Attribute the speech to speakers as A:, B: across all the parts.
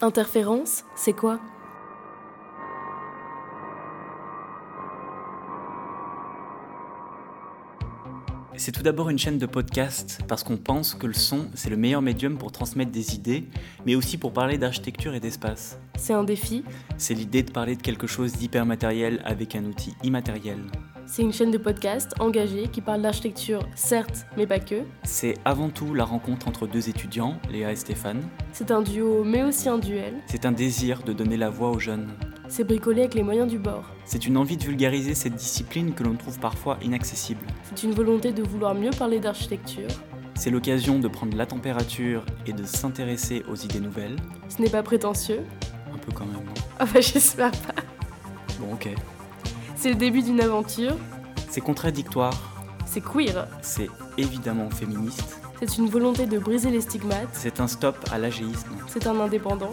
A: Interférence, c'est quoi
B: C'est tout d'abord une chaîne de podcast parce qu'on pense que le son, c'est le meilleur médium pour transmettre des idées, mais aussi pour parler d'architecture et d'espace.
A: C'est un défi,
B: C'est l'idée de parler de quelque chose d'hyper matériel avec un outil immatériel.
A: c'est une chaîne de podcast engagée qui parle d'architecture, certes, mais pas que.
B: C'est avant tout la rencontre entre deux étudiants, Léa et Stéphane.
A: C'est un duo, mais aussi un duel.
B: C'est un désir de donner la voix aux jeunes.
A: C'est bricolé avec les moyens du bord.
B: C'est une envie de vulgariser cette discipline que l'on trouve parfois inaccessible.
A: C'est une volonté de vouloir mieux parler d'architecture.
B: C'est l'occasion de prendre la température et de s'intéresser aux idées nouvelles.
A: Ce n'est pas prétentieux.
B: Un peu quand même. hein.
A: Ah bah j'espère pas.
B: Bon, ok.
A: C'est le début d'une aventure.
B: C'est contradictoire,
A: C'est queer.
B: c'est évidemment féministe,
A: C'est une volonté de briser les stigmates.
B: c'est un stop à l'agéisme,
A: C'est un indépendant.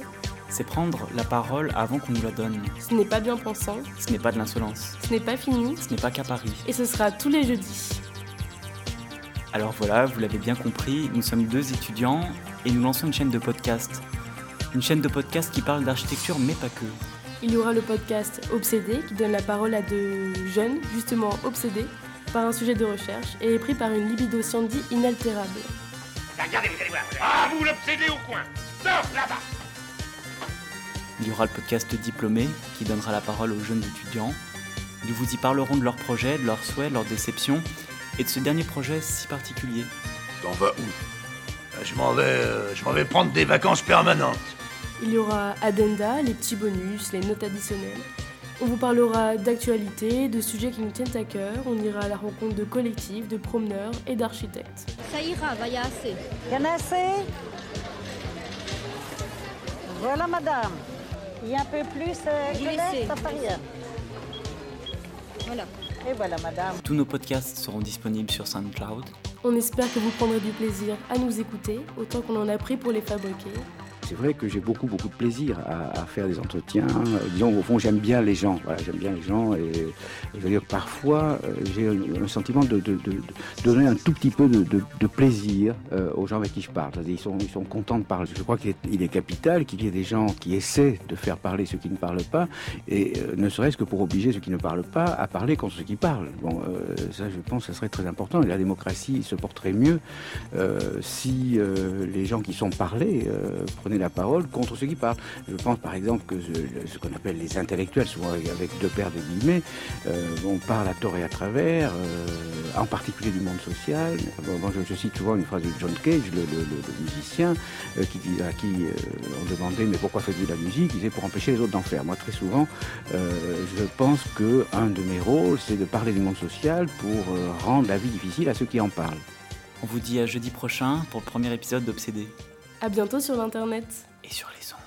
B: c'est prendre la parole avant qu'on nous la donne.
A: Ce n'est pas bien pensant.
B: Ce n'est pas de l'insolence,
A: Ce n'est pas fini.
B: ce n'est pas qu'à Paris.
A: Et ce sera tous les jeudis.
B: Alors voilà, vous l'avez bien compris, nous sommes deux étudiants et nous lançons une chaîne de podcast. Une chaîne de podcast qui parle d'architecture mais pas que.
A: Il y aura le podcast Obsédé qui donne la parole à de jeunes, justement obsédés, par un sujet de recherche et est pris par une libido scienti inaltérable.
C: Regardez, vous allez voir. Ah, vous l'obsédez au coin. Non, là-bas.
B: Il y aura le podcast Diplômé qui donnera la parole aux jeunes étudiants. Ils vous y parleront de leurs projets, de leurs souhaits, de leurs déceptions et de ce dernier projet si particulier.
C: T'en vas où Ah, Je m'en vais, euh, je m'en vais prendre des vacances permanentes.
A: Il y aura addenda, les petits bonus, les notes additionnelles. On vous parlera d'actualités, de sujets qui nous tiennent à cœur. On ira à la rencontre de collectifs, de promeneurs et d'architectes.
D: Ça ira, va y a assez.
E: Il y en a assez Voilà, madame. Il y a un peu plus euh, que
D: Glissez,
E: l'Est, ça fait rien.
D: Voilà.
E: Et voilà, madame.
B: Tous nos podcasts seront disponibles sur SoundCloud.
A: On espère que vous prendrez du plaisir à nous écouter, autant qu'on en a pris pour les fabriquer.
F: C'est vrai que j'ai beaucoup, beaucoup de plaisir à, à faire des entretiens. Euh, Disons, au fond, j'aime bien les gens. Voilà, j'aime bien les gens. Et, et je veux dire, parfois, euh, j'ai un- un sentiment de, de- de- de donner un tout petit peu de, de- de plaisir euh, aux gens avec qui je parle. C'est-à-dire, Ils sont, ils sont contents de parler. Je crois qu'il est, il est capital qu'il y ait des gens qui essaient de faire parler ceux qui ne parlent pas, et euh, ne serait-ce que pour obliger ceux qui ne parlent pas à parler contre ceux qui parlent. Bon, euh, ça, je pense, que ça serait très important. Et la démocratie se porterait mieux euh, si euh, les gens qui sont parlés euh, prenaient la parole contre ceux qui parlent. Je pense par exemple que ce, ce qu'on appelle les intellectuels, souvent avec, avec deux paires de guillemets, euh, on parle à tort et à travers, euh, en particulier du monde social. Bon, moi, je, je cite souvent une phrase de John Cage, le, le- le- le musicien, euh, qui, dis- à qui euh, on demandait mais pourquoi faites-vous de la musique Il disait pour empêcher les autres d'en faire. Moi très souvent, euh, je pense que un de mes rôles, c'est de parler du monde social pour euh, rendre la vie difficile à ceux qui en parlent.
B: On vous dit à jeudi prochain pour le premier épisode d'Obsédé.
A: À bientôt sur l'internet.
B: Et sur les ondes.